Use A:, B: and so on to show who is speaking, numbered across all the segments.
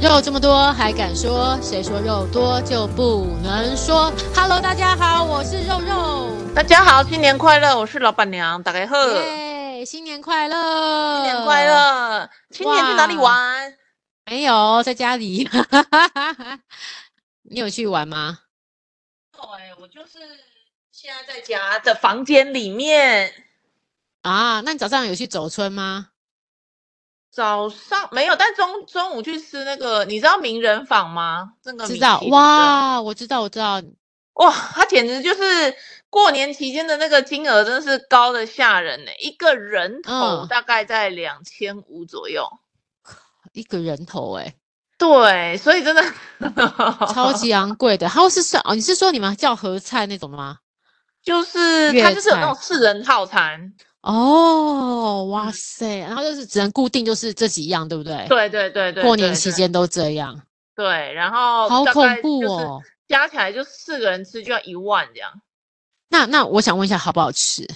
A: 肉这么多还敢说？谁说肉多就不能说？Hello，大家好，我是肉肉。
B: 大家好，新年快乐！我是老板娘，大家好，新
A: 耶，新年快乐！新
B: 呃年快！乐！新年去哪里玩？
A: 没有，在家里。 你有去玩吗？
B: 对，我就是现在在家的房间里面。
A: 啊，那你早上有去走村吗？
B: 早上没有，但中中午去吃那个，你知道名人坊吗？那个
A: 知
B: 米
A: 道
B: 其林的
A: 哇，我知道，我知道，
B: 哇，它简直就是过年期间的那个金额，真是高的吓人呢、一个人头
A: 嗯
B: 大概在两千五左右。
A: 一个人头 哎、
B: 对，所以真的
A: 超级昂贵的。它是算哦，你是说你们叫合菜那种的吗？
B: 就是
A: 粤
B: 它就是有那
A: 菜
B: 种四人套餐，
A: 哦，哇
B: 嗯
A: 塞，然后就是只能固定就是这几样，对不对？
B: 对对对对，
A: 过
B: 对
A: 年期
B: 对
A: 间都这样，
B: 对，然后
A: 好
B: 大
A: 恐
B: 概
A: 怖
B: 就是
A: 哦。
B: 加起来就四个人吃就要一万这样。
A: 那那我想问一下，好不好吃？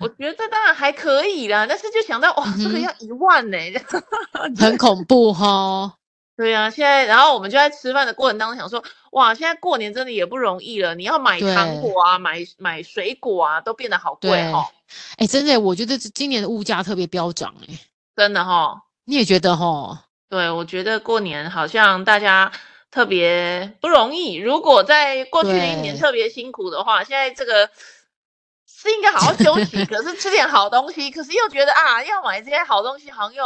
B: 我觉得当然还可以啦，但是就想到哇，
A: 嗯
B: 这个
A: 哼
B: 要一万呢、
A: 很恐怖哦。
B: 对呀、啊，现在然后我们就在吃饭的过程当中想说，哇，现在过年真的也不容易了，你要买糖
A: 对
B: 果啊，买买水果啊，都变得好贵
A: 对
B: 哦，
A: 哎，真的耶，我觉得这今年的物价特别飙涨，哎，
B: 真的哦。
A: 你也觉得哦吼？
B: 对，我觉得过年好像大家特别不容易。如果在过去的一年
A: 对
B: 特别辛苦的话，现在这个是应该好好休息，可是吃点好东西，可是又觉得啊，要买这些好东西好像又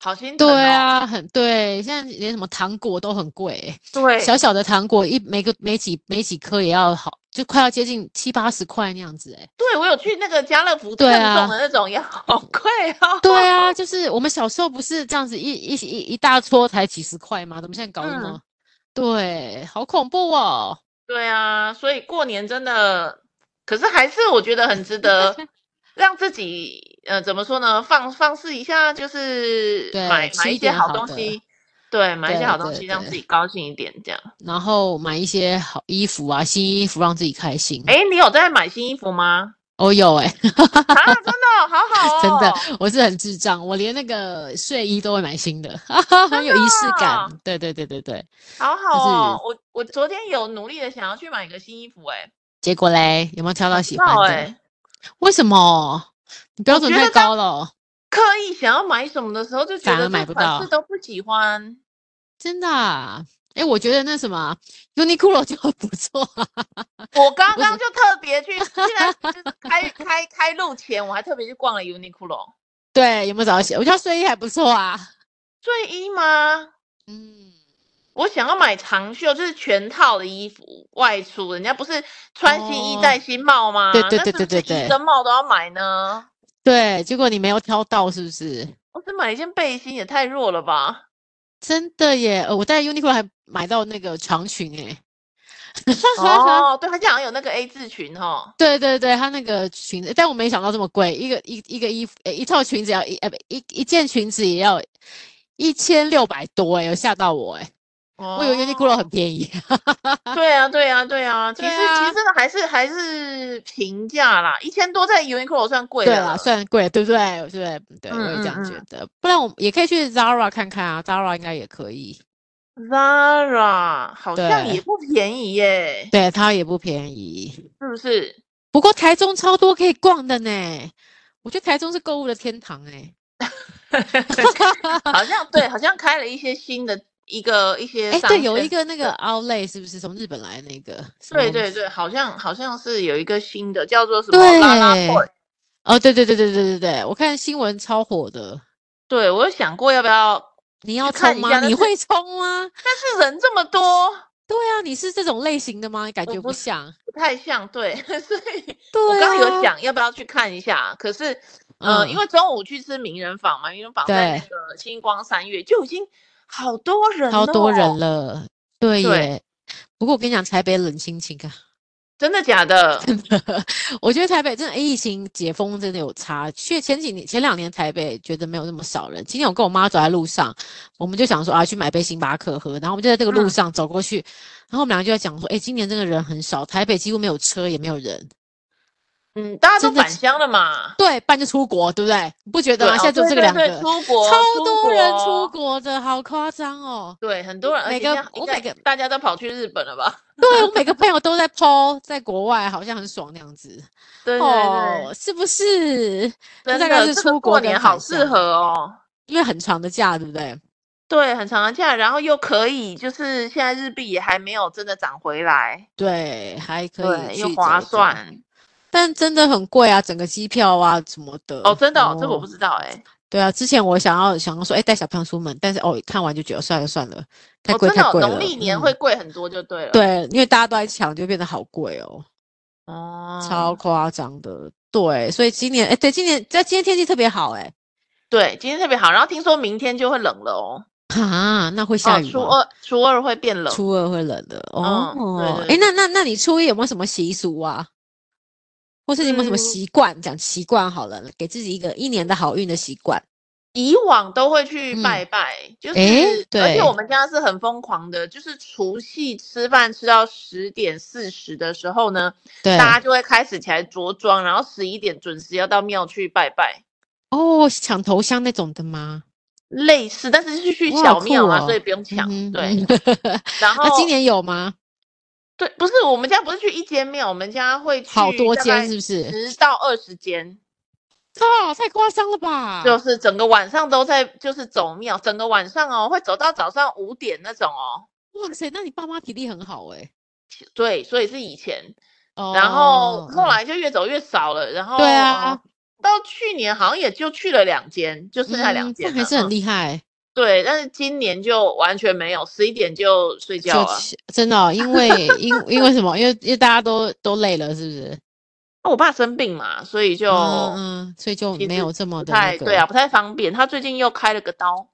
B: 好心疼、哦。
A: 对，啊，很对，现在连什么糖果都很贵耶，
B: 对，
A: 小小的糖果一每个每几每几颗也要好，就快要接近七八十块那样子，哎。
B: 对我有去那个家乐福
A: 对
B: 赠
A: 啊
B: 送的那种，也好贵哦。
A: 对啊，就是我们小时候不是这样子一一一一大撮才几十块吗？怎么现在搞那
B: 嗯
A: 么？对，好恐怖哦！
B: 对啊，所以过年真的，可是还是我觉得很 值得让自己呃怎么说呢，放放肆一下，就是
A: 对
B: 买
A: 吃
B: 买
A: 一
B: 一些
A: 点
B: 好
A: 好
B: 东
A: 的
B: 西，对，买一些
A: 对
B: 好东
A: 对
B: 西让自
A: 对
B: 己高兴一点，这样。
A: 然后买一些好衣服啊，新衣服让自己开心。
B: 哎，你有在买新衣服吗？
A: 我有哎、
B: 啊，真的哦好好哦，
A: 真的，我是很智障，我连那个睡衣都会买新的， 哈哈，很有仪式感
B: 真。啊
A: 对对对对对，
B: 好
A: 就
B: 好
A: 是
B: 哦。我我昨天有努力的想要去买个新衣服，哎，
A: 结果嘞，有没有挑到
B: 找
A: 喜
B: 不到
A: 欢的？
B: 哎，
A: 为什么？你标准
B: 觉
A: 太
B: 得当
A: 高了，
B: 刻意想要买什么的时候，就觉
A: 反
B: 得
A: 而买
B: 这
A: 不
B: 款式
A: 到
B: 都不喜欢。
A: 真的、啊。哎、我觉得那什么，Uniqlo 就很不错、啊。
B: 我刚
A: 为什
B: 刚就特别去，居然就是开开开录前，我还特别去逛了 Uniqlo
A: 对，有没有找到喜？我觉得睡衣还不错啊。
B: 睡衣吗？
A: 嗯，
B: 我想要买长袖，就是全套的衣服外出，人家不是穿新衣
A: 哦
B: 戴新帽吗？
A: 对对
B: 那
A: 对
B: 是不
A: 对
B: 是
A: 对对
B: 衣跟帽都要买呢。
A: 对，结果你没有挑到，是不是？
B: 我只买一件背心，也太弱 了吧？
A: 真的耶！呃我在 Uniqlo 还买到那个长裙诶。
B: 哦，对，它好像有那个 A 字裙哦。
A: 对对对，它那个裙子，但我没想到这么贵，一个一一个衣服，诶一套裙子要一呃不一一件裙子也要一千六百多诶，有吓到我诶，
B: 哦
A: 我以为 Uniqlo 很便宜。
B: 对啊，对啊，对啊。其实
A: 对
B: 其
A: 啊
B: 实这个还是还是平价啦，一千多在 Uniqlo 算贵
A: 对
B: 的
A: 啦，
B: 了。
A: 算贵，对不对？对对，我也这样
B: 嗯嗯
A: 觉得。不然我们也可以去 Zara 看看啊，Zara 应该也可以。
B: Zara 好像也
A: 对
B: 不便宜耶，
A: 对，它也不便宜。
B: 是不是？
A: 不过台中超多可以逛的呢，我觉得台中是购物的天堂哎、
B: 好像对，好像开了一些新的一个一些
A: 哎，
B: 商
A: 对，有一
B: 圈
A: 个那个 Outlet 是不是从日本来的那个？什
B: 对
A: 么
B: 对对，好像好像是有一个新的叫做什么
A: 对
B: 拉拉 boy，
A: 哦，对对对对对对对，我看新闻超火的。
B: 对我有想过要不要，
A: 你要
B: 看
A: 冲
B: 一下
A: 吗？
B: 但
A: 你
B: 是
A: 会冲吗？
B: 但是人这么多
A: 对啊，你是这种类型的吗？感
B: 我
A: 觉
B: 不
A: 不
B: 是
A: 像。
B: 不太像，对， 所以
A: 对、啊，
B: 我刚刚有，想要不要去看一下，可是呃，因
A: 嗯
B: 为中午去吃名人坊嘛，名人坊在那
A: 对
B: 个星光三月就已经好多人
A: 超
B: 了，哦
A: 多人，了。对
B: 对
A: 耶。不过我跟你讲，台北冷清清啊，
B: 真的 假的？
A: 我觉得台北真的诶疫情解封真的有差。去前几年前两年台北觉得没有那么少人。今天我跟我妈走在路上，我们就想说啊去买杯星巴克喝，然后我们就在这个路
B: 嗯
A: 上走过去，然后我们两个就在讲说，哎，今年真的人很少，台北几乎没有车也没有人。
B: 嗯，大家都
A: 真的
B: 返乡了嘛，
A: 对，不然就出国，对不对？你不觉得
B: 对
A: 吗？
B: 哦
A: 现在就
B: 对
A: 这个
B: 对
A: 两个，
B: 对出国
A: 超多人出
B: 出国
A: 国的，好夸张哦！
B: 对，很多人，而
A: 每
B: 且
A: 个
B: 现在应
A: 我
B: 该
A: 每个
B: 大家都跑去日本了吧？
A: 对我每个朋友都在 PO，在国外好像很爽那样子
B: 对对
A: 哦
B: 对，，
A: 是不是？这
B: 真
A: 大
B: 的，
A: 概是
B: 这个
A: 出国
B: 过
A: 跟
B: 年好
A: 返
B: 适
A: 乡
B: 合哦。
A: 因为很长的假，对不对？
B: 对，很长的假，然后又可以，就是现在日币也还没有真的涨回来，
A: 对，还可以
B: 对，
A: 去
B: 又划
A: 走走，
B: 算。
A: 但真的很贵啊，整个机票啊什么的。
B: 哦，真的哦，这我不
A: 哦
B: 知道哎。
A: 对啊，之前我想要想要说，哎，带小朋友出门，但是哦，看完就觉得算了算了，太
B: 哦，
A: 贵、
B: 真的
A: 太
B: 哦，
A: 贵了。
B: 农历年
A: 嗯
B: 会贵很多就对了。，
A: 对，因为大家都在抢，就变得好贵哦，
B: 哦，
A: 超夸张的。对，所以今年，哎，对，今年在今天天气特别好，哎，
B: 对，今天特别好，然后听说明天就会冷了哦。
A: 啊，那会下
B: 哦，
A: 雨
B: 初
A: 吗？
B: 二初二会变冷。嗯
A: 初二会冷的哦。
B: 对
A: 哎、
B: 对
A: 那那那你初一有没有什么习俗啊？或是你有没有什么
B: 嗯
A: 习惯？讲习惯好了，给自己一个一年的好运的习惯。
B: 以往都会去
A: 嗯
B: 拜拜，就是
A: 诶
B: 而
A: 对
B: 且我们家是很疯狂的，就是除夕吃饭吃到十点四十的时候呢，
A: 对，
B: 大家就会开始起来着装，然后十一点准时要到庙去拜拜，
A: 哦，抢头香那种的吗？
B: 类似，但是是去
A: 哇
B: 小
A: 好
B: 庙啊，
A: 酷哦
B: 所以不用抢。
A: 嗯哼
B: 对，
A: 嗯
B: 然后、
A: 那今年有吗？
B: 对，不是我们家不是去一间庙，我们家会去
A: 好多
B: 大
A: 间
B: 概嗯
A: 是不是？
B: 十到二十间，
A: 操，太夸张了吧！
B: 就是整个晚上都在就是走庙，整个晚上哦会走到早上五点那种哦。
A: 哇塞，那你爸妈体力很好哎、
B: 对，所以是以前，
A: 哦，
B: 然后后
A: 嗯
B: 来就越走越少了，然后
A: 对啊
B: 呃到去年好像也就去了两间，就剩下两
A: 嗯，这
B: 间
A: 还
B: 了、
A: 是很
B: 嗯
A: 厉害，
B: 对，但是今年就完全没有，十一点就睡
A: 就
B: 觉了。
A: 是真的哦、因为因因为什么？因为因为大家都都累了，是不是？
B: 那我爸生病嘛，所以就
A: 嗯嗯，所以就
B: 其
A: 没
B: 实
A: 有这么
B: 不
A: 的那
B: 太
A: 个。
B: 对啊，不太方便。他最近又开了个刀，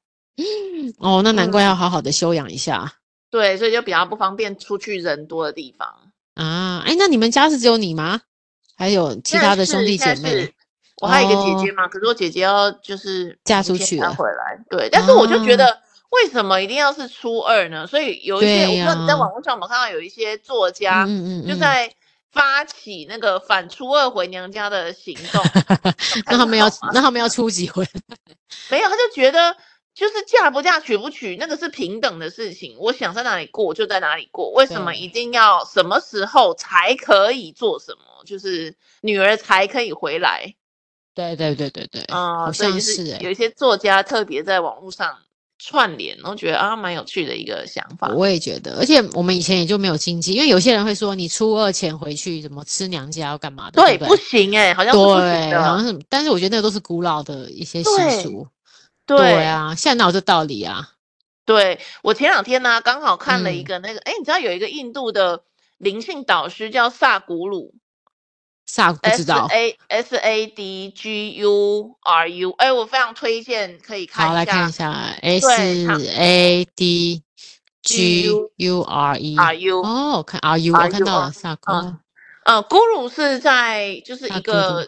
A: 哦，那难怪
B: 嗯
A: 要好好的休养一下、
B: 对，所以就比较不方便出去人多的地方。
A: 啊。哎，那你们家是只有你吗？还有其
B: 现在
A: 他的兄
B: 是
A: 弟姐
B: 现在
A: 妹嗯
B: 是？我还有一个姐
A: 哦
B: 姐嘛，可是我姐姐要就是
A: 嫁
B: 明
A: 出
B: 天
A: 去
B: 才
A: 了
B: 回来。对，但是我就觉
A: 啊
B: 得为什么一定要是初二呢？所以有一些、我不知道你在
A: 对呀
B: 网络上有没有看到有一些作家、
A: 嗯嗯嗯，
B: 就
A: 嗯。，
B: 在发起那个反初二回娘家的行动
A: 那他们要
B: 看到吗
A: 那他们要出几回？
B: 没有他就觉得。就是嫁不嫁、娶不娶，那个是平等的事情。我想在哪里过就在哪里过，为什么
A: 对
B: 一定要什么时候才可以做什么？就是女儿才可以回来。
A: 对对对对对，
B: 啊、
A: 好
B: 所以就
A: 像
B: 是
A: 哎、
B: 有一些作家特别在网络上串联，然后觉得啊蛮有趣的一个想法。
A: 我也觉得，而且我们以前也就没有经济，因为有些人会说你初二前回去怎么吃娘家要干嘛的，对
B: 对，
A: 不
B: 不行哎、好像是不行
A: 对，好像
B: 的。
A: 是，但是我觉得那个都是古老的一些习
B: 对
A: 俗，
B: 对
A: 啊，现在哪有这道理啊？
B: 对我前两天呢、刚好看了一
A: 嗯
B: 个那个，哎、你知道有一个印度的灵性导师叫萨古鲁
A: 啥不知
B: ，S
A: 道，
B: A S A D G U R U，哎、我非常推荐可以
A: 好
B: 看
A: 来
B: 一
A: 看
B: 下
A: 一下
B: 对
A: ，S
B: 它
A: A D G
B: G U
A: U R E，
B: R U。
A: 哦，我看 R U，我
B: R
A: 看
B: U，
A: 到
B: 哦
A: 了，萨古，
B: 嗯呃，咕噜是在就是
A: 萨
B: 一
A: 咕噜
B: 个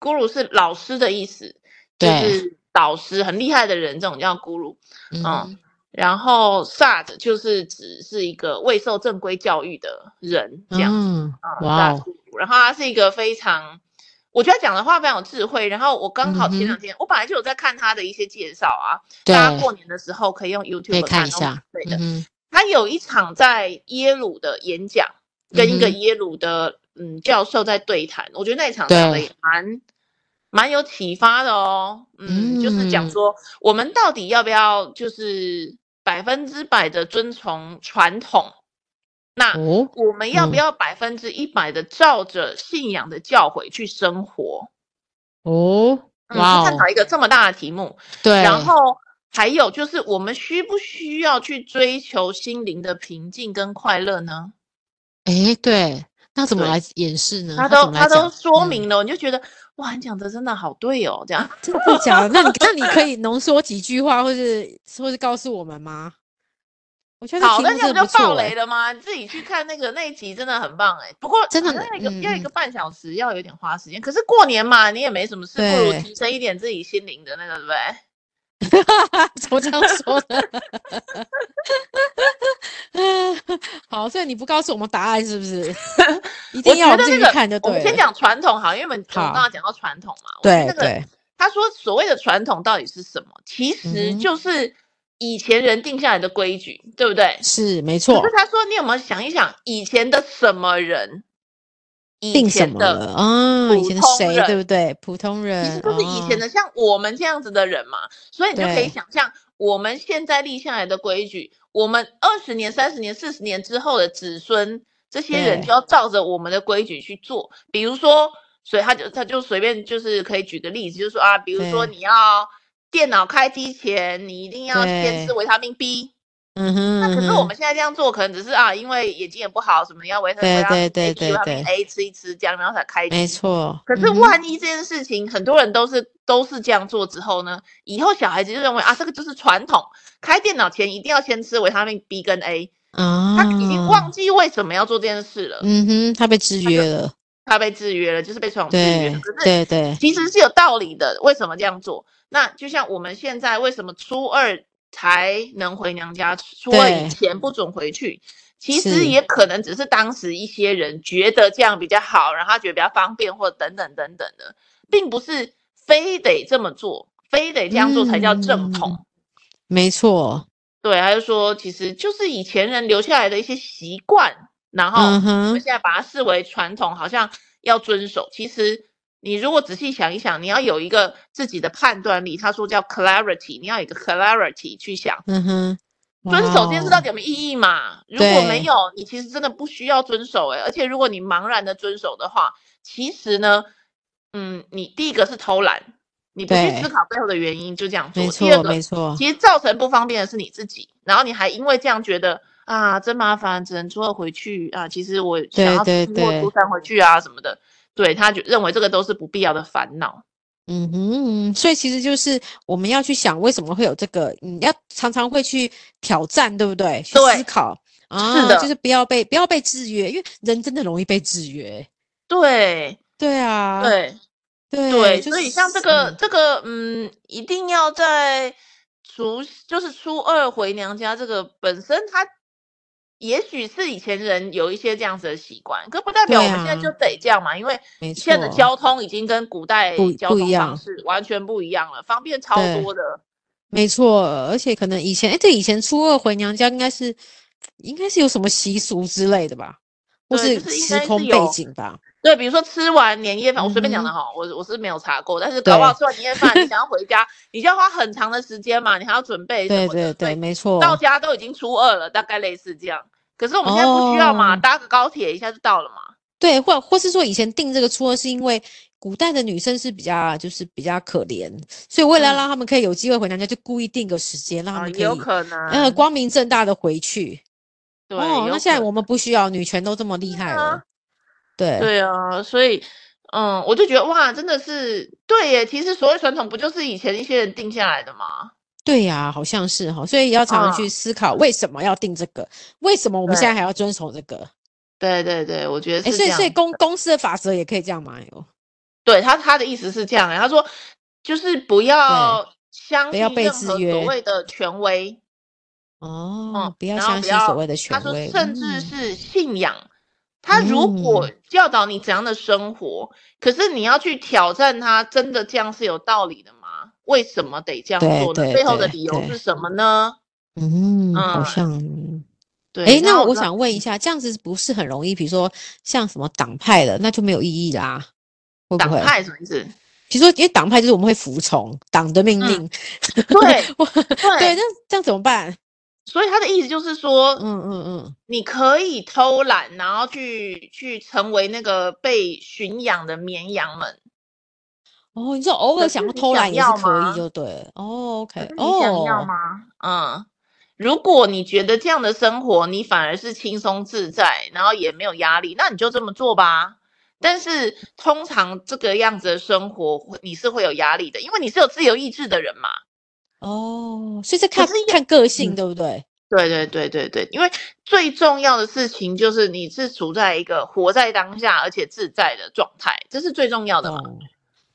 B: 咕噜是老师的意思，就
A: 对
B: 是导师很厉害的人，这种叫咕噜。
A: 嗯
B: 嗯
A: 哼，
B: 然后 SAD 就是指是一个未受正规教育的人这样
A: 嗯，
B: 啊，
A: 哇
B: SAD
A: 哦，
B: 咕噜然后他是一个非常，我觉得他讲的话非常有智慧。然后我刚好前
A: 嗯
B: 两天、我本来就有在看他的一些介绍啊，
A: 对，
B: 大家过年的时候可以用
A: 可以
B: YouTube
A: 看一
B: 哦
A: 下，
B: 对的。
A: 嗯哼，
B: 他有一场在耶鲁的演讲，跟一个
A: 嗯哼
B: 耶鲁的嗯教授在对谈，我觉得那一场讲的
A: 对
B: 也蛮蛮有启发的哦。嗯，就是
A: 嗯
B: 讲说我们到底要不要就是百分之百的遵从传统，那
A: 哦。
B: 我们要不
A: 嗯
B: 要百分之一百的照着信仰的教诲去生活？
A: 哦，
B: 嗯，
A: 哇
B: 去
A: 哦
B: 探，讨一个这么大的题目，
A: 对，
B: 然后还有就是我们需不需要去追求心灵的平静跟快乐呢？
A: 哎，对，那怎么
B: 对
A: 来演示呢？
B: 他
A: 怎
B: 都
A: 么来
B: 他都
A: 讲
B: 说
A: 嗯
B: 明了，你就觉得哇，你讲的真的好对哦，这样。
A: 真的假的？ 那你那你可以浓缩几句话，或是或是告诉我们吗？我觉得
B: 好，
A: 题
B: 那
A: 目
B: 这
A: 真
B: 样不
A: 的
B: 就
A: 不
B: 爆
A: 错
B: 雷
A: 哎，
B: 了吗？你自己去看那个那一集真的很棒哎、不过
A: 真的
B: 好像
A: 呢
B: 要一个、要一
A: 嗯
B: 个半小时，要有点花时间。可是过年嘛，你也没什么事，不如
A: 对
B: 提升一点自己心灵的那个，对不对？
A: 怎么这样说的？好，所以你不告诉我们答案是不是？ 一
B: 我
A: 定要
B: 觉
A: 我
B: 得
A: 们自己
B: 那
A: 去
B: 个，
A: 看就
B: 我
A: 呃对
B: 们
A: 了。
B: 先讲传统好，因为我们我
A: 好
B: 们刚刚讲到传统嘛，我觉
A: 对
B: 得那个
A: 对，
B: 他说所谓的传统到底是什么？其实
A: 嗯哼
B: 就是以前人定下来的规矩，对不对？
A: 是没
B: 可
A: 错
B: 是，他说，你有没有想一想以前的什么人？以
A: 定什
B: 前
A: 么
B: 的
A: 了啊？以
B: 普
A: 前的
B: 通
A: 谁
B: 人
A: 对不对？普通人
B: 其实就是以前
A: 的
B: 的像我们这样子的人嘛，所以你就可以
A: 哦对
B: 想象我们现在立下来的规矩，我们二十年、三十年、四十年之后的子孙，这些人
A: 对
B: 就要照着我们的规矩去做。比如说，所以他就他就随便就是可以举个例子，就是说啊，比如说
A: 对
B: 你要电脑开机前，你一定要先吃
A: 对
B: 维他命 B。
A: 嗯哼，
B: 那可
A: 嗯
B: 是我
A: 哼
B: 们现在这样做，可能只是啊，因为眼睛也不好，什么要维他
A: 对
B: 维他命
A: 对对
B: A 吃维他
A: 对
B: 命
A: 对
B: A 吃一吃，这样然后才开机。
A: 没错。
B: 可是
A: 嗯哼
B: 万一这件事情，很多人都是都是这样做之后呢，以后小孩子就认为啊，这个就是传统，开电脑前一定要先吃维他命 B 跟 A，
A: 啊，
B: 他已经忘记为什么要做这件事了，
A: 嗯哼，他被制
B: 他就
A: 约了，
B: 他被制约了，就是被传统制约
A: 对
B: 了。可是
A: 对对，
B: 其实是有道理的，为什么这样做？那就像我们现在为什么初二才能回娘家，初二
A: 对
B: 以前不准回去？其
A: 是
B: 实也可能只是当时一些人觉得这样比较好，然后他觉得比较方便，或等等等等的，并不是非得这么做，非得这样做才叫正统。
A: 嗯没错，
B: 对，他就说其实就是以前人留下来的一些习惯，然后
A: 嗯
B: 我们
A: 哼，
B: 现在把它视为传统，好像要遵守。其实你如果仔细想一想，你要有一个自己的判断力。他说叫 clarity，你要有一个 clarity 去想
A: 嗯哼，
B: 遵守这件事
A: 哇
B: 到
A: 哦
B: 底有没有意义嘛？如果没
A: 对
B: 有，你其实真的不需要遵守、欸。而且如果你茫然的遵守的话，其实呢，嗯，你第一个是偷懒，你不去
A: 对
B: 思考背后的原因，就这样做
A: 没；
B: 第二
A: 错
B: 个
A: 哦没错，
B: 其实造成不方便的是你自己，然后你还因为这样觉得啊，真麻烦，只能初二回去啊。其实我想
A: 对
B: 要
A: 对
B: 初二、
A: 对
B: 初三回去啊什么的。对他就认为这个都是不必要的烦恼。
A: 嗯哼，所以其实就是我们要去想为什么会有这个，你要常常会去挑战，对不对？去
B: 对
A: 思考啊，
B: 的
A: 就是不要被不要被制约，因为人真的容易被制约。
B: 对
A: 对啊，
B: 对
A: 对
B: 对，
A: 就
B: 所以
A: 是
B: 像这个、
A: 嗯
B: 这个，嗯，一定要在除就是初二回娘家这个本身它。也许是以前人有一些这样子的习惯，可不代表我
A: 对
B: 们现在就
A: 啊
B: 得这样嘛，因为
A: 没
B: 现在的
A: 错
B: 交通已经跟古代
A: 不
B: 交
A: 不
B: 通
A: 一
B: 方
A: 样
B: 式完全不一样了，方便超
A: 对
B: 多的。
A: 没错，而且可能以前，哎，对，以前初二回娘家应该是，应该是有什么习俗之类的吧，或
B: 对
A: 是
B: 就是应
A: 时
B: 该是
A: 空背
B: 有
A: 景吧，
B: 对，比如说吃完年夜饭，我随便讲的
A: 嗯
B: 哈，我我是没有查过，但是搞不好吃完年夜饭，你想要回家，你就要花很长的时间嘛，你还要准备什
A: 对
B: 么的，
A: 对
B: 所
A: 对，
B: 以
A: 没错，
B: 到家都已经初二了，大概类似这样。可是我们现在不需要嘛，
A: 哦
B: 搭个高铁一下就到了嘛。
A: 对，或或是说以前定这个初二是因为古代的女生是比较就是比较可怜，所以为了
B: 嗯
A: 让她们可以有机会回娘家，就故意定个时间让她
B: 啊，
A: 们可
B: 也有
A: 以，
B: 可
A: 呃，
B: 能，
A: 光明正大的回去。
B: 对，
A: 哦，
B: 有
A: 那现在
B: 可
A: 我们不需要，女权都这么厉害
B: 啊
A: 了，对，
B: 对啊，所以，嗯，我就觉得哇，真的是对耶。其实所谓传统，不就是以前一些人定下来的吗？
A: 对呀、好像是哈，所以要常常
B: 啊
A: 去思考为什么要定这个，为什么我们现在还要遵守这个？
B: 对对对，我觉得
A: 哎，
B: 是
A: 所
B: 这
A: 以
B: 样
A: 所以。公公司的法则也可以这样嘛？哦，
B: 对他他的意思是这样、欸，他说就是不要相
A: 不
B: 信
A: 要被
B: 任
A: 制
B: 何所
A: 约
B: 谓的权威，嗯
A: 哦，不要
B: 然后
A: 相
B: 不
A: 信所
B: 要
A: 谓的
B: 他
A: 权
B: 说
A: 威，
B: 甚至
A: 嗯，
B: 是信仰。他如果教导你怎样的生活，可是你要去挑战他，真的这样是有道理的吗？为什么得这样
A: 对
B: 做呢？
A: 对
B: 背后的
A: 对
B: 理由
A: 对
B: 是什么呢？
A: 嗯，好
B: 嗯
A: 像，
B: 对，
A: 哎，
B: 然
A: 那
B: 后
A: 我
B: 呢
A: 想问一下，这样子不是很容易？比如说像什么党派的，那就没有意义啦，会不
B: 党
A: 会？
B: 派什么意思？
A: 比如说，因为党派就是我们会服从党的命
B: 嗯
A: 令，
B: 对
A: 我对，
B: 对，
A: 那这样怎么办？
B: 所以他的意思就是说，
A: 嗯嗯嗯，
B: 你可以偷懒，然后去去成为那个被驯养的绵羊们。
A: 哦，你说偶
B: 可
A: 尔
B: 是
A: 想要
B: 你
A: 偷
B: 想
A: 懒也是
B: 要
A: 可以，
B: 吗
A: 就对了。哦，OK，
B: 可是你想要
A: 哦，
B: 吗？嗯，如果你觉得这样的生活你反而是轻松自在，然后也没有压力，那你就这么做吧。但是通常这个样子的生活会，你是会有压力的，因为你是有自由意志的人嘛。
A: 哦，所以这
B: 可
A: 看
B: 是也
A: 看个性，
B: 嗯
A: 对不对？
B: 对对对对对，因为最重要的事情就是你是处在一个活在当下而且自在的状态，这是最重要的嘛。
A: 哦，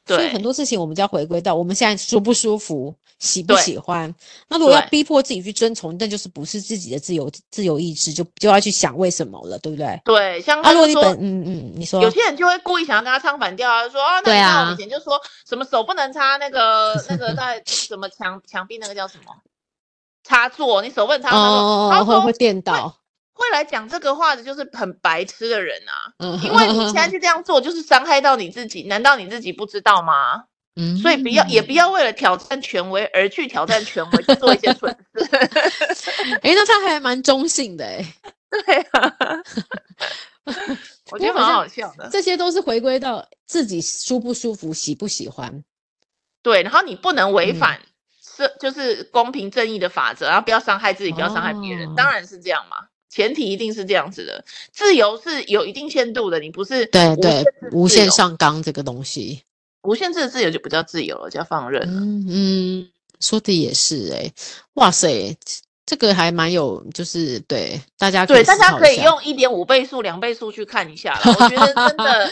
B: 对
A: 所以很多事情我们就要回归到我们现在舒不舒服、喜不
B: 对
A: 喜欢。那如果要
B: 对
A: 逼迫自己去遵从，那就是不是自己的自由自由意志，就就要去想为什么了，对不对？
B: 对，像
A: 啊，
B: 他
A: 如果
B: 就
A: 你
B: 说，
A: 本嗯嗯，你说
B: 有些人就会故意想要跟他唱反调啊，就说啊，那
A: 对
B: 你看我
A: 啊
B: 们以前就说什么手不能插那个那 个在什么墙墙壁那个叫什么插座，你手不能插
A: 哦
B: 插座，
A: 哦
B: 他
A: 哦，会
B: 说
A: 会电到，
B: 会来讲这个话的就是很白痴的人啊，
A: 嗯，
B: 因为你现在就这样做就是伤害到你自己，难道你自己不知道吗？
A: 嗯，
B: 所以不要也不要为了挑战权威而去挑战权威，去做一些蠢事。
A: 哎，那他还蛮中性的哎，
B: 对啊，我觉得
A: 不过好
B: 蛮
A: 像
B: 好笑的。
A: 这些都是回归到自己舒不舒服、喜不喜欢。
B: 对，然后你不能违
A: 嗯
B: 反是、就是公平正义的法则，然后不要伤害自己，不要伤害别人，当
A: 哦
B: 然是这样嘛。前提一定是这样子的，自由是有一定限度的，你不是
A: 对
B: 无
A: 对
B: 限，
A: 无
B: 自
A: 限
B: 由
A: 上纲这个东西，
B: 无限制的自由就不叫自由了，叫放任了。
A: 嗯嗯，说的也是哎、哇塞，这个还蛮有，就是对大家可
B: 对，
A: 以
B: 大
A: 思
B: 家
A: 考一
B: 可以
A: 下
B: 用一点五倍速、两倍速去看一下啦。我觉得 真的，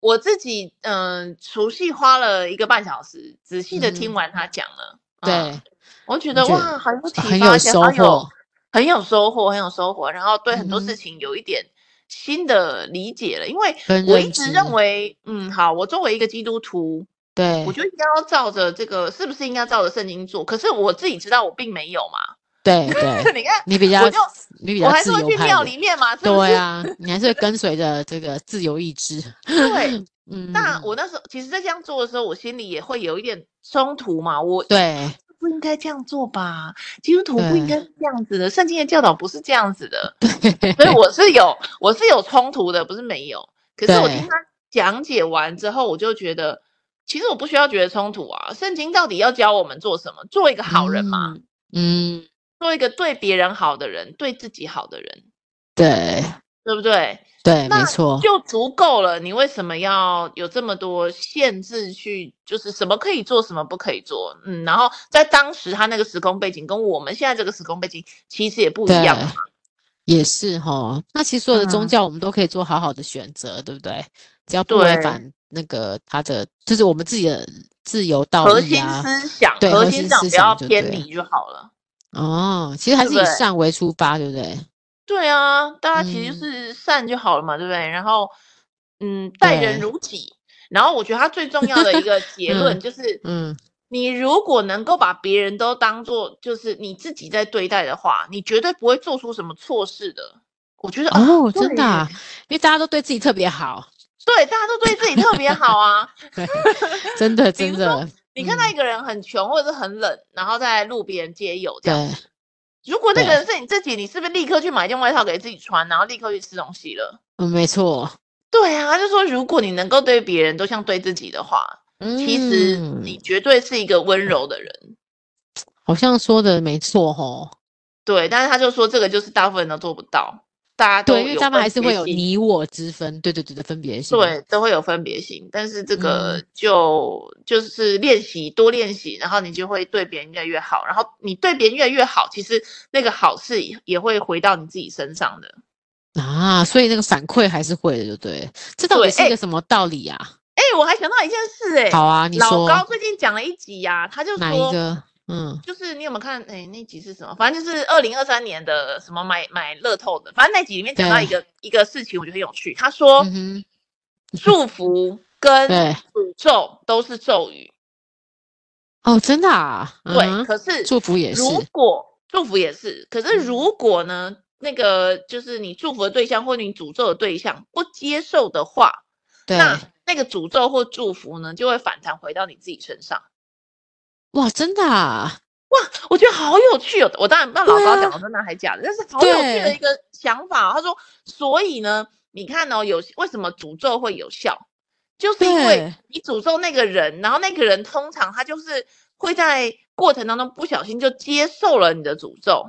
B: 我自己嗯、除夕花了一个半小时，仔细的
A: 嗯
B: 听完他讲了。嗯
A: 对，
B: 我觉得
A: 觉得
B: 哇，很有启
A: 很
B: 发，
A: 有
B: 而且
A: 收
B: 好有
A: 获，
B: 很有收获，很有收获，然后对很多
A: 嗯
B: 事
A: 哼
B: 情有一点新的理解了。因为
A: 跟
B: 我一
A: 认
B: 直
A: 知
B: 认为，嗯，好，我作为一个基督徒，
A: 对
B: 我就应该要照着这个，是不是应该照着圣经做？可是我自己知道我并没有嘛。
A: 对对，
B: 你看，
A: 你比较
B: 我就
A: 你比
B: 我
A: 较
B: 还是
A: 自
B: 会
A: 由
B: 去
A: 派
B: 庙
A: 的，
B: 里 面嘛，是不
A: 对
B: 是？
A: 啊，你还是会跟随着这个自由意志，
B: 对。
A: 嗯，
B: 那我那时候其实，在这样做的时候，我心里也会有一点冲突嘛。我
A: 对
B: 不应该这样做吧？基督徒不应
A: 对
B: 该是这样子的，圣经的教导不是这样子 的。所以我是有我是有冲突的，不是没有。可是我听
A: 对
B: 他讲解完之后，我就觉得，其实我不需要觉得冲突啊。圣经到底要教我们做什么？做一个好人嘛，，
A: 嗯嗯，
B: 做一个对别人好的人，对自己好的人，
A: 对
B: 对不对？
A: 对，没
B: 那
A: 错，
B: 就足够了。你为什么要有这么多限制去？就是什么可以做，什么不可以做？嗯，然后在当时他那个时空背景跟我们现在这个时空背景其实也不一
A: 对
B: 样嘛。
A: 也是哈，那其实所有的宗
B: 嗯
A: 教我们都可以做好好的选择，对不对？只要不违
B: 对
A: 反那个他的，就是我们自己的自由道
B: 核
A: 义
B: 心
A: 啊。
B: 思想，
A: 对
B: 核
A: 核
B: 心
A: 心
B: 想
A: 思
B: 不要
A: 想就
B: 偏
A: 对
B: 离就好了。
A: 哦，其实还
B: 对
A: 是
B: 不
A: 以
B: 对
A: 善为出发，对不对？
B: 对啊，大家其实
A: 嗯
B: 就是善就好了嘛，对不对？然后，嗯，待人
A: 对
B: 如己。然后我觉得他最重要的一个结论
A: 嗯
B: 就是，
A: 嗯，
B: 你如果能够把别人都当做就是你自己在对待的话，你绝对不会做出什么错事的。我觉得啊
A: 哦真的
B: 对
A: 啊
B: 耶
A: 因为大家都对自己特别 好，
B: 对，大家都对自己特别好啊。
A: 真的
B: 比
A: 真
B: 如
A: 的，
B: 你看到
A: 嗯
B: 一个人很穷或者是很冷，然后在路边街友这样
A: 对
B: 子，如果那个
A: 对
B: 人是你自己，你是不是立刻去买一件外套给自己穿，然后立刻去吃东西了？
A: 嗯，没错，
B: 对啊，就说如果你能够对别人都像对自己的话，其实你
A: 嗯，
B: 绝对是一个温柔的人。
A: 好像说的没错吼，
B: 对，但是他就说这个就是大部分人都做不到，大家都
A: 对，因为
B: 有
A: 他们
B: 分
A: 还是
B: 别
A: 会有
B: 心
A: 你我之分，对对对的分别心，
B: 对，都会有分别心，但是这个
A: 嗯
B: 就、就是练习，多练习，然后你就会对别人越来越好，然后你对别人越来越好，其实那个好事也也会回到你自己身上的。
A: 啊，所以那个反馈还是会的，对不对？这到底
B: 对
A: 是一
B: 哎
A: 个什么道理啊？
B: 哎，我还想到一件事、哎，
A: 好啊，你
B: 老
A: 说
B: 高最近讲了一集呀、他就
A: 哪一
B: 说，
A: 个？嗯，
B: 就是你有没有看？哎，那集是什么？反正就是二零二三年的什么买买乐透的，反正那集里面讲到一个一个事情，我觉得很有趣。他说，
A: 嗯哼，
B: 祝福跟
A: 对，
B: 诅咒都是咒语。
A: 哦，真的啊，
B: 对，
A: 嗯哼
B: 可是
A: 祝福也是，
B: 如果祝福也是，可是
A: 嗯
B: 如果呢，那个就是你祝福的对象或你诅咒的对象不接受的话，
A: 对，
B: 那那个诅咒或祝福呢，就会反弹回到你自己身上。
A: 哇，真的啊，
B: 我觉得好有趣哦！我当然不知道老
A: 对
B: 高
A: 啊
B: 讲的真的还假的，但是好有趣的
A: 对
B: 一个想法哦、他说，所以呢，你看哦，有为什么诅咒会有效，就是因为
A: 对
B: 你诅咒那个人，然后那个人通常他就是会在过程当中不小心就接受了你的诅咒。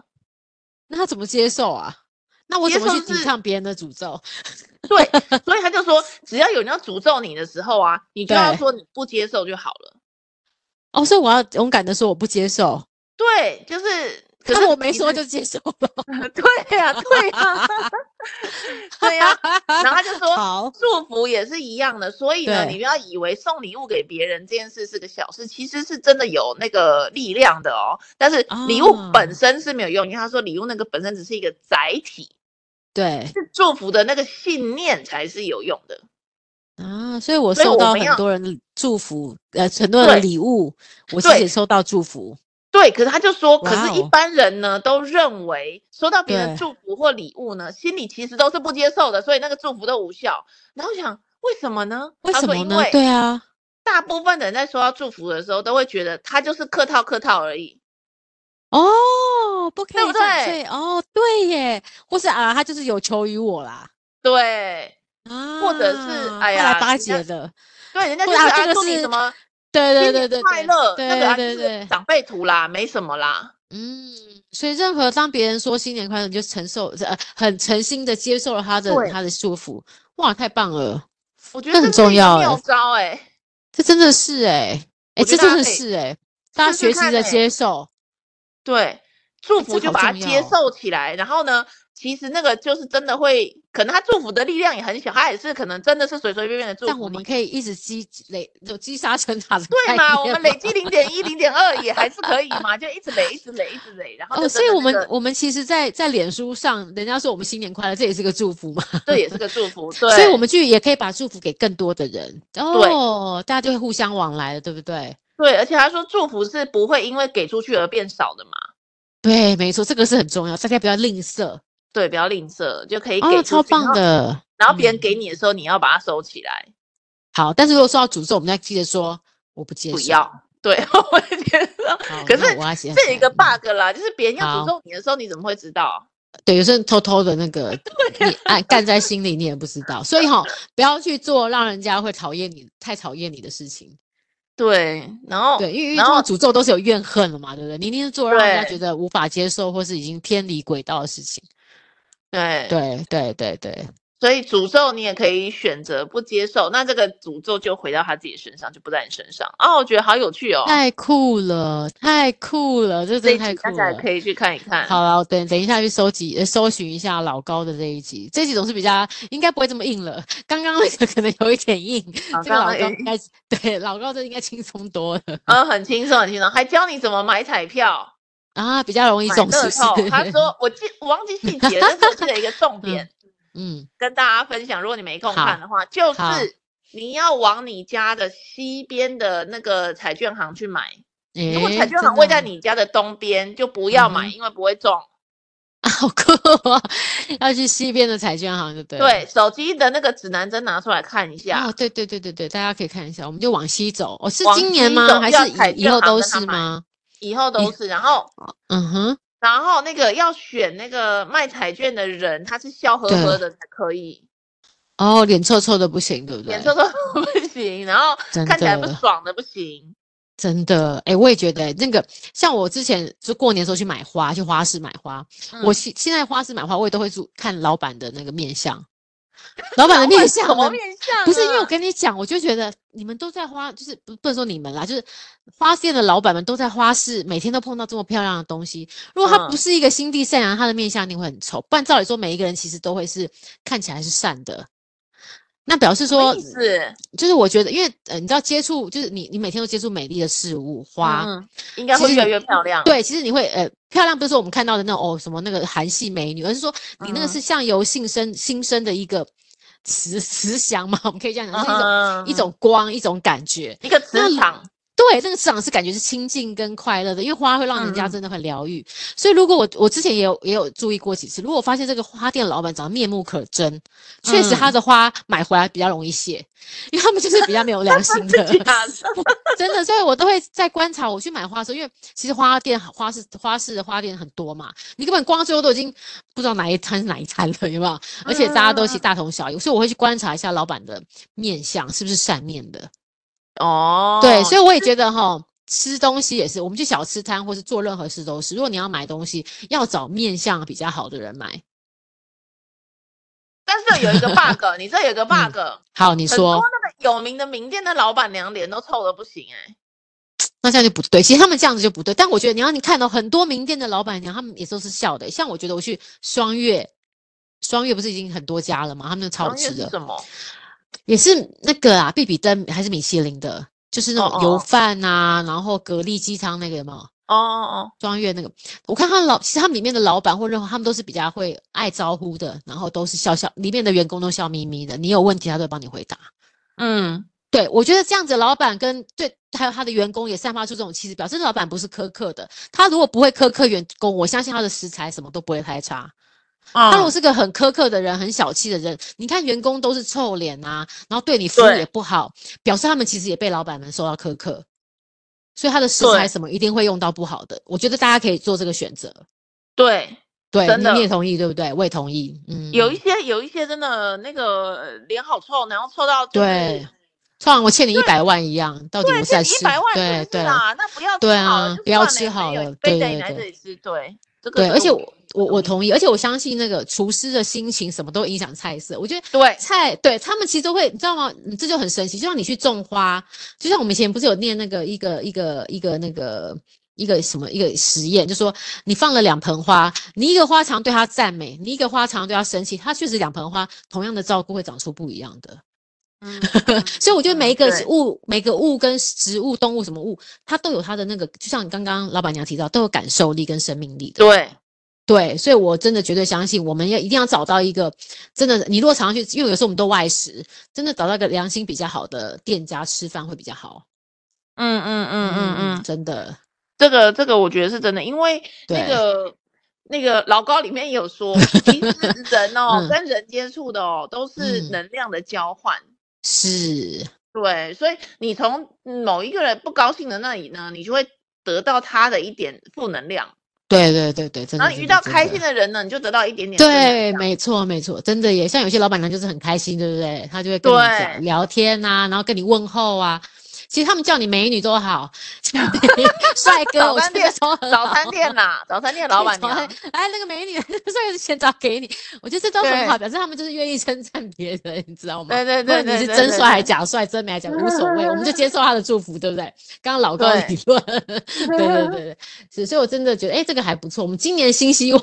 A: 那他怎么接受啊？那我
B: 接
A: 怎么
B: 受
A: 去抵
B: 是
A: 抗别人的诅咒？
B: 对，所以他就说，只要有人要诅咒你的时候啊，你就要
A: 对
B: 说你不接受就好了。
A: 哦，所以我要勇敢的说我不接受。
B: 对，就是可
A: 但
B: 是
A: 我没
B: 你
A: 说
B: 在
A: 就接受了。
B: 对 呀、对呀、对呀、然后他就说，
A: 好，
B: 祝福也是一样的。所以呢，
A: 对
B: 你不要以为送礼物给别人这件事是个小事，其实是真的有那个力量的哦。但是礼物
A: 啊
B: 本身是没有用，因为他说礼物那个本身只是一个载体，
A: 对
B: 是祝福的那个信念才是有用的。
A: 啊，所以我
B: 所以
A: 收
B: 我
A: 到
B: 们
A: 很
B: 要
A: 多人的祝福，呃，很多人的
B: 对
A: 礼物，我自
B: 对
A: 己也收到祝福。
B: 对，可是他就说，可是一
A: 哇哦
B: 般人呢都认为收到别人
A: 对
B: 祝福或礼物呢，心里其实都是不接受的，所以那个祝福都无效。然后我想为什么呢？
A: 为
B: 他
A: 什
B: 说
A: 么
B: 因
A: 呢
B: 为？
A: 对啊，
B: 大部分人在收到祝福的时候，都会觉得他就是客套客套而已。
A: 哦，不可
B: 对
A: 以
B: 不
A: 这样
B: 对
A: 对哦，对耶，或是啊，他就是有求于我啦，
B: 对
A: 啊，
B: 者是
A: 他
B: 哎呀
A: 来巴
B: 人家
A: 结的，
B: 对，人家
A: 或
B: 就是
A: 啊
B: 啊，
A: 这个
B: 祝你
A: 是
B: 什么
A: 对对
B: 新
A: 对
B: 年
A: 对，
B: 快
A: 对
B: 乐，那个啊
A: 对
B: 就
A: 对
B: 是
A: 对
B: 长辈图啦，没什么啦。
A: 嗯，所以任何当别人说新年快乐，你就承受，呃，很诚心的接受了他的
B: 对
A: 他的祝福，哇，太棒了，
B: 我觉
A: 这
B: 得
A: 很
B: 这
A: 重
B: 是一个
A: 要
B: 妙
A: 欸
B: 招哎、
A: 这真的是哎，哎，
B: 我
A: 这
B: 觉得
A: 真
B: 大
A: 的
B: 家可以
A: 是哎，大家
B: 试试
A: 学习
B: 看
A: 着
B: 欸
A: 接受，
B: 对，祝
A: 哎
B: 福
A: 这
B: 就
A: 好
B: 把它
A: 重
B: 接
A: 要
B: 受起来。然后呢，其实那个就是真的会，可能他祝福的力量也很小，他也是可能真的是随随便便的祝
A: 但
B: 福
A: 我们
B: 你
A: 可以一直积累，有积沙成塔的概
B: 对嘛，我
A: 念
B: 们累
A: 嘛
B: 积零点一、零点二也还是可以嘛，就一直累、一直累、一直累，然后
A: 哦，
B: 就
A: 所
B: 真
A: 以
B: 的
A: 我
B: 那
A: 们
B: 个
A: 我们其实在，在脸书上，人家说我们新年快乐，这也是个祝福嘛。
B: 这也是个祝福，对，
A: 所以我们去也可以把祝福给更多的人哦，大家就会互相往来了，对不对？
B: 对，而且他说祝福是不会因为给出去而变少的嘛，
A: 对，没错，这个是很重要，大家不要吝啬
B: 对，不要吝啬，就可以给出去、
A: 哦，超棒
B: 然后。
A: 的。
B: 然后别人
A: 嗯
B: 给你的时候，你要把它收起来，
A: 好，但是如果受到诅咒，我们要记得说我不接受。
B: 不要。 对，我也觉得
A: 好。
B: 可
A: 那
B: 是
A: 我要写
B: 这有一个 bug 啦，就是别人要
A: 嗯好
B: 诅咒你的时候，你怎么会知道？啊
A: 对，有时候偷偷的那 个你暗干在心里，你也不知道。所以哈、不要去做让人家会讨厌你、太讨厌你的事情。
B: 对，然后
A: 对，因为因为
B: 哦然
A: 这种
B: 后
A: 诅咒都是有怨恨的嘛，对不对？你一定是做让人家
B: 对
A: 觉得无法接受，或是已经偏离轨道的事情。
B: 对
A: 对对对对，
B: 所以诅咒你也可以选择不接受，那这个诅咒就回到他自己身上，就不在你身上啊、我觉得好有趣哦，
A: 太酷了，太酷了，这
B: 这
A: 真
B: 一
A: 的太
B: 集
A: 酷
B: 大家也
A: 了。
B: 可以去看一看。
A: 好了，我等等一下去搜集、呃、搜寻一下老高的这一集，这一集总是比较应该不会这么硬了。刚刚那个可能有一点硬，
B: 好，
A: 这个老
B: 哦
A: 高
B: 刚刚
A: 应该是对老高这应该轻松多了
B: 嗯，很轻松，很轻松，还教你怎么买彩票。
A: 啊，比较容易
B: 买
A: 中，是
B: 乐
A: 不是
B: 透，？他说我记我忘记细节了，但是我记得一个重点、
A: 嗯，
B: 跟大家分享，如果你没空
A: 好
B: 看的话，就
A: 好
B: 是你要往你家的西边的那个彩券行去买。如果
A: 诶
B: 彩券
A: 真
B: 行位
A: 的
B: 在
A: 哦
B: 你家的东边，就不要买，
A: 嗯
B: 因为不会中。
A: 好酷啊！要去西边的彩券行就对了。
B: 对，手机的那个指南针拿出来看一下。
A: 哦，对对对对对，大家可以看一下，我们就往西走。哦，是
B: 往
A: 今年
B: 西
A: 吗？
B: 走
A: 还
B: 要
A: 是
B: 踩
A: 以以
B: 正
A: 后
B: 行
A: 都
B: 跟他
A: 是
B: 买
A: 吗？
B: 以后都是，然后
A: 嗯哼，
B: 然后那个要选那个卖彩券的人，他是笑呵
A: 对
B: 呵的才可以，
A: 哦，脸臭臭的不行，对不对？
B: 脸色都不行，然后
A: 真
B: 看起来不
A: 的
B: 爽的不行。
A: 真的，哎，我也觉得那个，像我之前就过年的时候去买花，去花市买花，我
B: 嗯
A: 现现在花市买花，我也都会注看老板的那个面相，老板的面相
B: 什么
A: 呢
B: 面相、啊？
A: 不是因为我跟你讲，我就觉得你们都在花，就是不不能说你们啦，就是花店的老板们都在花市，每天都碰到这么漂亮的东西。如果他不
B: 嗯
A: 是一个心地善良，他的面相一定会很丑。不然照理说，每一个人其实都会是看起来是善的。那表示
B: 什么
A: 说
B: 意，思？
A: 就是我觉得，因为呃，你知道接触，就是你你每天都接触美丽的事物，花，
B: 嗯，嗯应该
A: 其
B: 会
A: 实
B: 越来
A: 你
B: 越漂亮。
A: 对，其实你会呃，漂亮不是说我们看到的那种哦什么那个韩系美女，而是说你那个
B: 嗯
A: 是相由性生新生的一个慈慈祥嘛，我们可以这样讲，
B: 嗯，
A: 是一种、一
B: 嗯
A: 种光，一种感觉。
B: 一个
A: 那
B: 磁场。
A: 对，那个磁场是感觉是亲近跟快乐的，因为花会让人家
B: 嗯嗯
A: 真的很疗愈。所以如果我我之前也有也有注意过几次，如果我发现这个花店老板长得面目可憎，确实
B: 嗯
A: 他的花买回来比较容易谢，因为他们就是比较没有良心 的。
B: 假的
A: 真的，所以我都会在观察我去买花的时候，因为其实花店、花市、花市的花店很多嘛，你根本光最后都已经不知道哪一摊是哪一摊了，有没有？而且大家都其
B: 嗯
A: 实大同小异，所以我会去观察一下老板的面相是不是善面的。
B: 哦，
A: 对，所以我也觉得哈，吃东西也是，我们去小吃摊或是做任何事都是，如果你要买东西，要找面相比较好的人买。
B: 但是有一个 bug，你这有一个 bug，、
A: 嗯好，你
B: 很多
A: 说
B: 那个有名的名店的老板娘脸都臭的不行哎、
A: 那这样就不对。其实他们这样子就不对，但我觉得你要你看到、很多名店的老板娘，他们也都是笑的。欸像我觉得我去双月，双月不是已经很多家了吗？他们就超好
B: 行业
A: 吃
B: 是
A: 的，
B: 什么？
A: 也是那个啊，必比登还是米其林的，就是那
B: 哦
A: 种
B: 哦
A: 油
B: 哦
A: 饭啊，然后蛤蜊鸡汤那个有没有？
B: 哦哦
A: 庄月那个，我看他老，其实他们里面的老板或任何，他们都是比较会爱招呼的，然后都是笑笑，里面的员工都笑眯眯的，你有问题他都会帮你回答。
B: 哦，嗯，
A: 对，我觉得这样子，的老板跟对还有他的员工也散发出这种气质表，这老板不是苛刻的，他如果不会苛刻员工，我相信他的食材什么都不会太差。他如果
B: 哦，
A: 是个很苛刻的人，很小气的人，你看员工都是臭脸啊，然后对你服务
B: 对
A: 也不好，表示他们其实也被老板们受到苛刻，所以他的食
B: 对
A: 材什么一定会用到不好的。我觉得大家可以做这个选择，
B: 对，
A: 对，
B: 真
A: 你
B: 的
A: 你也同意对不对？我也同意，嗯，
B: 有一些有一些真的那个呃脸好臭，然后臭到就是
A: 对，像我欠你一百万一样，到底我
B: 对，
A: 是在
B: 这
A: 吃
B: 一百万
A: 对
B: 真的
A: 对
B: 是啊，那不要
A: 对
B: 吃好了
A: 啊
B: 就
A: 不要
B: 算了
A: 吃
B: 也没
A: 好
B: 有
A: 了
B: 非
A: 对
B: 得
A: 对
B: 你来
A: 对
B: 这里吃，对，这个
A: 对，
B: 是
A: 而且
B: 我
A: 我我我
B: 同
A: 同意，而且我相信那个厨师的心情什么都会影响菜色。我觉得
B: 对
A: 菜对他们其实都会，你知道吗？嗯这就很神奇，就像你去种花，就像我们以前不是有念那个一个一个一个那个。一个什么一个实验，就说你放了两盆花，你一个花常对它赞美，你一个花常对它生气，它确实两盆花同样的照顾会长出不一样的。
B: 嗯
A: 所以我觉得每一个
B: 对
A: 物、每个物跟植物、动物什么物，它都有它的那个，就像你刚刚老板娘提到，都有感受力跟生命力的。
B: 对
A: 对，所以我真的绝对相信，我们要一定要找到一个真的，你如果常常去，因为有时候我们都外食，真的找到一个良心比较好的店家吃饭会比较好。
B: 嗯嗯嗯嗯嗯，
A: 真的，
B: 这个这个我觉得是真的，因为那
A: 对
B: 个那个老高里面也有 说，其实人哦、
A: 嗯
B: 跟人接触的哦都是
A: 嗯
B: 能量的交换。
A: 是，
B: 对，所以你从某一个人不高兴的那里呢，你就会得到他的一点负能量，
A: 对对对对，真的。
B: 然后你遇到开心
A: 的，
B: 的人呢，你就得到一点点正能
A: 对，
B: 量
A: 没错没错，真的也像有些老板娘就是很开心，对不对？她就会跟你
B: 对
A: 讲聊天啊，然后跟你问候啊。其实他们叫你美女都好， 帅哥，
B: 早
A: 我
B: 餐
A: 觉
B: 店
A: 得都很
B: 早
A: 好。
B: 餐店呐、早 餐店老板
A: 早
B: 娘
A: 餐，哎，那个美女， 所以钱找给你，我觉得这都很好，表示他们就是愿意称赞别人，你知道吗？
B: 对对
A: 不管
B: 对
A: 你
B: 对，
A: 是
B: 对
A: 真
B: 对
A: 帅还
B: 对
A: 假帅，真美还假美无所谓，我们就接受他的祝福，对不对？刚刚老高
B: 对
A: 理论， 对对对对，是，所以我真的觉得，哎，这个还不错，我们今年新希望，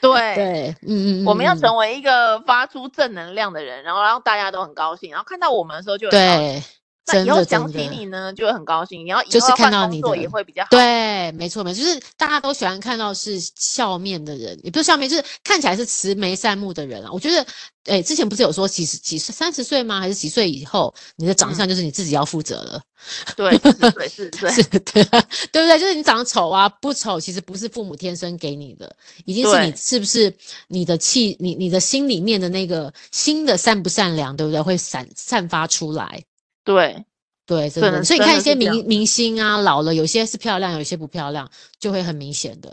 B: 对。
A: 对，嗯嗯，
B: 我们要
A: 嗯
B: 成为一个发出正能量的人，然后让大家都很高兴，然后看到我们的时候就很高兴
A: 对，
B: 啊那
A: 真
B: 以后
A: 的
B: 想
A: 真
B: 起
A: 的。
B: 你呢，就会很高兴。你要以
A: 就是
B: 后要
A: 看
B: 换
A: 到
B: 工
A: 你
B: 作
A: 的
B: 也会比较好。
A: 对，没错，没错，就是大家都喜欢看到是笑面的人，也不是笑面，就是看起来是慈眉善目的人啊。我觉得，哎，之前不是有说几十几岁、三十岁吗？还是几岁以后，你的长相就是你自己要负责了，
B: 对，是是嗯对，是 是
A: 是对，对不对？就是你长得丑啊，不丑其实不是父母天生给你的，已经是
B: 对
A: 你是不是你的气，你你的心里面的那个心的善不善良，对不对？会散散发出来。
B: 对，
A: 对，真
B: 真
A: 的，
B: 的
A: 所以你
B: 真
A: 看
B: 的
A: 一些
B: 是这样
A: 明明星啊，老了有些是漂亮，有些不漂亮，就会很明显的。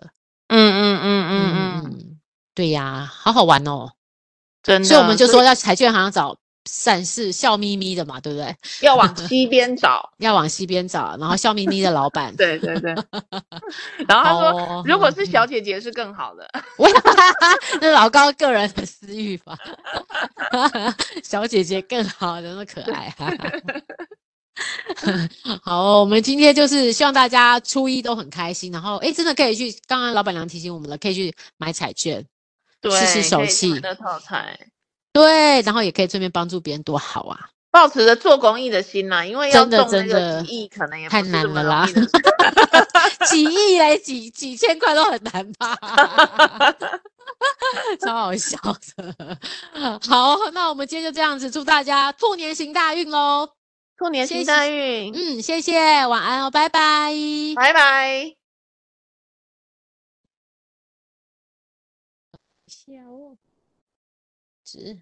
B: 嗯嗯嗯
A: 嗯
B: 嗯嗯，
A: 嗯，对呀、好好玩哦。
B: 真的。
A: 所以我们就
B: 所
A: 说
B: 以
A: 要彩券行找善事笑眯眯的嘛，对不对？
B: 要往西边找。。
A: 要往西边找，然后笑眯眯的老板
B: 对对 对。然后他说，
A: 哦
B: 如果是
A: 嗯
B: 小姐姐是更好的。
A: 我 那老高个人的私欲吧， 小姐姐更好，真的可爱、啊 好哦、我们今天就是希望大家初一都很开心，然后哎，真的可以去，刚刚老板娘提醒我们了，可以去买彩券，
B: 对，
A: 试试手
B: 可以吃
A: 气
B: 乐透彩，
A: 对，然后也可以顺便帮助别人，多好啊！
B: 保持着做公益的心呐，因为要
A: 真的
B: 中那
A: 真
B: 个
A: 的
B: 几亿可能也不
A: 太
B: 是
A: 难
B: 这
A: 了
B: 么容
A: 啦
B: 易的 事
A: 几亿嘞，几几千块都很难吧， 超好笑的。好，那我们今天就这样子，祝大家兔年行大运喽！
B: 兔年行
A: 谢
B: 大
A: 谢
B: 运，
A: 嗯，谢谢，晚安哦，拜拜。
B: 拜拜。
A: 小指。